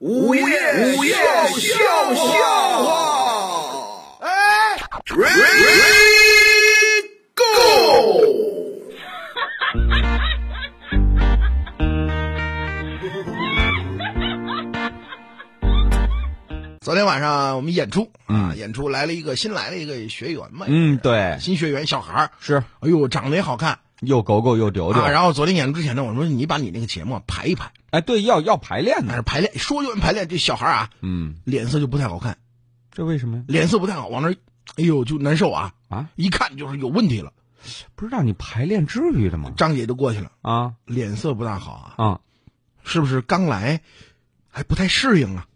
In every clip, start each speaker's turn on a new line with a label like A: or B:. A: 午夜午夜笑笑话，哎，Ready Go！昨天晚上我们演出啊，演出来了一个新来了一个学员嘛，
B: 嗯，对，
A: 新学员小孩儿，
B: 是
A: 哎呦，长得也好看
B: 又狗狗又丢丢。
A: 啊。然后昨天演出之前呢，我说你把你那个节目排一排，
B: 哎，对，要要排练
A: 那
B: 呢。
A: 是排练，说就排练，这小孩儿啊，
B: 嗯，
A: 脸色就不太好看，
B: 这为什么呀？
A: 脸色不太好，往那儿，哎呦就难受啊
B: 啊！
A: 一看就是有问题了。
B: 不是让你排练，至于的吗？
A: 张姐就过去了，
B: 啊
A: 脸色不大好啊，
B: 啊，
A: 是不是刚来还不太适应啊？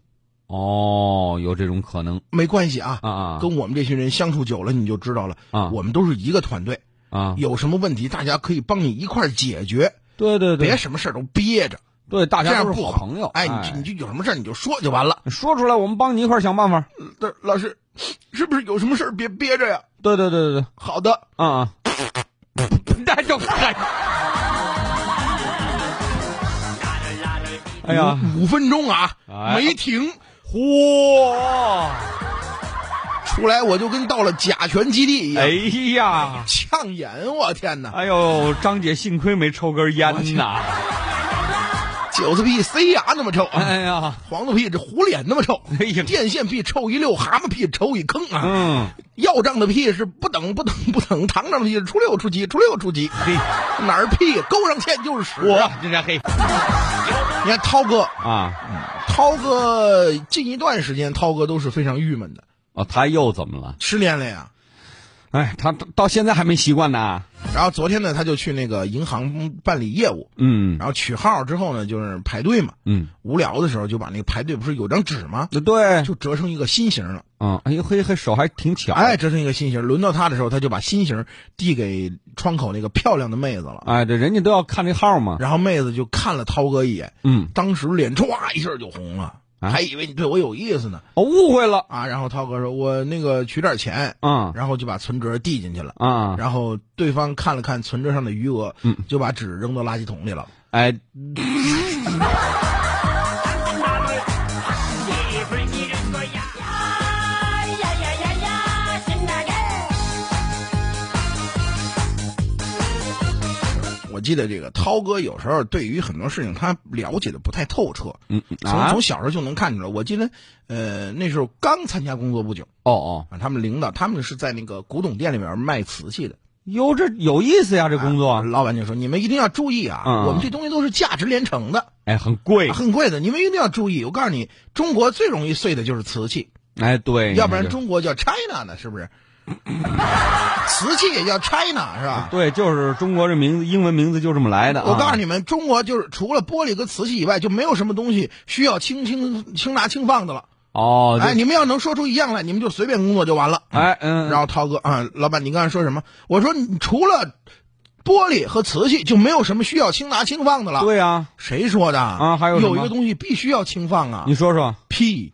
B: 哦，有这种可能
A: 没关系啊，
B: 啊啊
A: 跟我们这群人相处久了你就知道了，
B: 啊
A: 我们都是一个团队，
B: 啊！
A: 有什么问题大家可以帮你一块儿解决，
B: 对对
A: 别
B: 对，
A: 什么事儿都憋着，
B: 对，大
A: 这
B: 家
A: 样
B: 都是
A: 不
B: 好朋友。哎
A: 哎，你就你就有什么事儿你就说就完了。
B: 说出来，我们帮你一块儿想办法。
A: 这老师，是不是有什么事儿别憋着呀？
B: 对对对对对，
A: 好 的，
B: 啊啊！那就哎哎呀，
A: 五分钟啊，
B: 哎
A: 没停。
B: 嚯！
A: 出来我就跟到了甲醛基地一样，
B: 哎呀！
A: 呛眼！我天哪，
B: 哎呦，张姐幸亏没抽根烟呐！
A: 韭菜屁塞牙那么臭啊，
B: 哎呀，
A: 黄豆屁这糊脸那么臭，
B: 哎呀
A: 电线屁臭一溜，蛤蟆屁臭一坑啊，
B: 嗯，
A: 要账的屁是不等不等不等，堂上的屁是出溜出急，出溜出急，
B: 嘿，
A: 哪儿屁勾上线就是屎啊！
B: 哇，真是嘿
A: 你看涛哥，
B: 啊！
A: 涛哥近一段时间涛哥都是非常郁闷的，
B: 哦，他又怎么了？
A: 失恋了呀。
B: 哎，他到到现在还没习惯呢。
A: 然后昨天呢，他就去那个银行办理业务，
B: 嗯
A: 然后取号之后呢，就是排队嘛。
B: 嗯，
A: 无聊的时候就把那个排队不是有张纸吗？
B: 那对，
A: 就折成一个心形了。
B: 嗯，哎呦嘿嘿，手还挺巧。
A: 哎，折成一个心形，轮到他的时候，他就把心形递给窗口那个漂亮的妹子了。
B: 哎，这人家都要看这号嘛。
A: 然后妹子就看了涛哥一眼，
B: 嗯，
A: 当时脸歘一下就红了，
B: 啊
A: 还以为你对我有意思呢
B: 哦，误会了。
A: 啊。然后涛哥说：“我那个取点钱。”
B: 啊
A: 然后就把存折递进去了。
B: 啊，
A: 然后对方看了看存折上的余额，
B: 嗯
A: 就把纸扔到垃圾桶里了。
B: 哎，
C: 아, 야야야야야 신나게
A: 我记得这个涛哥有时候对于很多事情他了解的不太透彻，
B: 嗯
A: 从
B: 啊，
A: 从小时候就能看出来。我记得，呃，那时候刚参加工作不久
B: 哦哦，
A: 啊，他们领导他们是在那个古董店里面卖瓷器的。
B: 哟，这有意思呀，这工
A: 啊
B: 作，
A: 老板就说：“你们一定要注意啊，
B: 嗯
A: 我们这东西都是价值连城的，
B: 哎，很贵
A: 啊。很贵的，你们一定要注意。我告诉你，中国最容易碎的就是瓷器，
B: 哎，对，
A: 要不然
B: 这
A: 中国叫 China 呢，是不 是？瓷器也叫 China 是吧？
B: 对，就是中国这名字，英文名字就这么来的。啊
A: 我告诉
B: 你，
A: 你们，中国就是除了玻璃跟瓷器以外，就没有什么东西需要轻轻轻拿轻放的了。
B: 哦，就
A: 哎，你们要能说出一样来，你们就随便工作就完了。
B: 哎嗯，
A: 然后涛哥啊，老板，你刚才说什么？我说你除了玻璃和瓷器，就没有什么需要轻拿轻放的了。
B: 对啊呀，
A: 谁说的
B: 啊还有什
A: 有
B: 么
A: 一个东西必须要轻放啊
B: 你，说说，
A: 屁！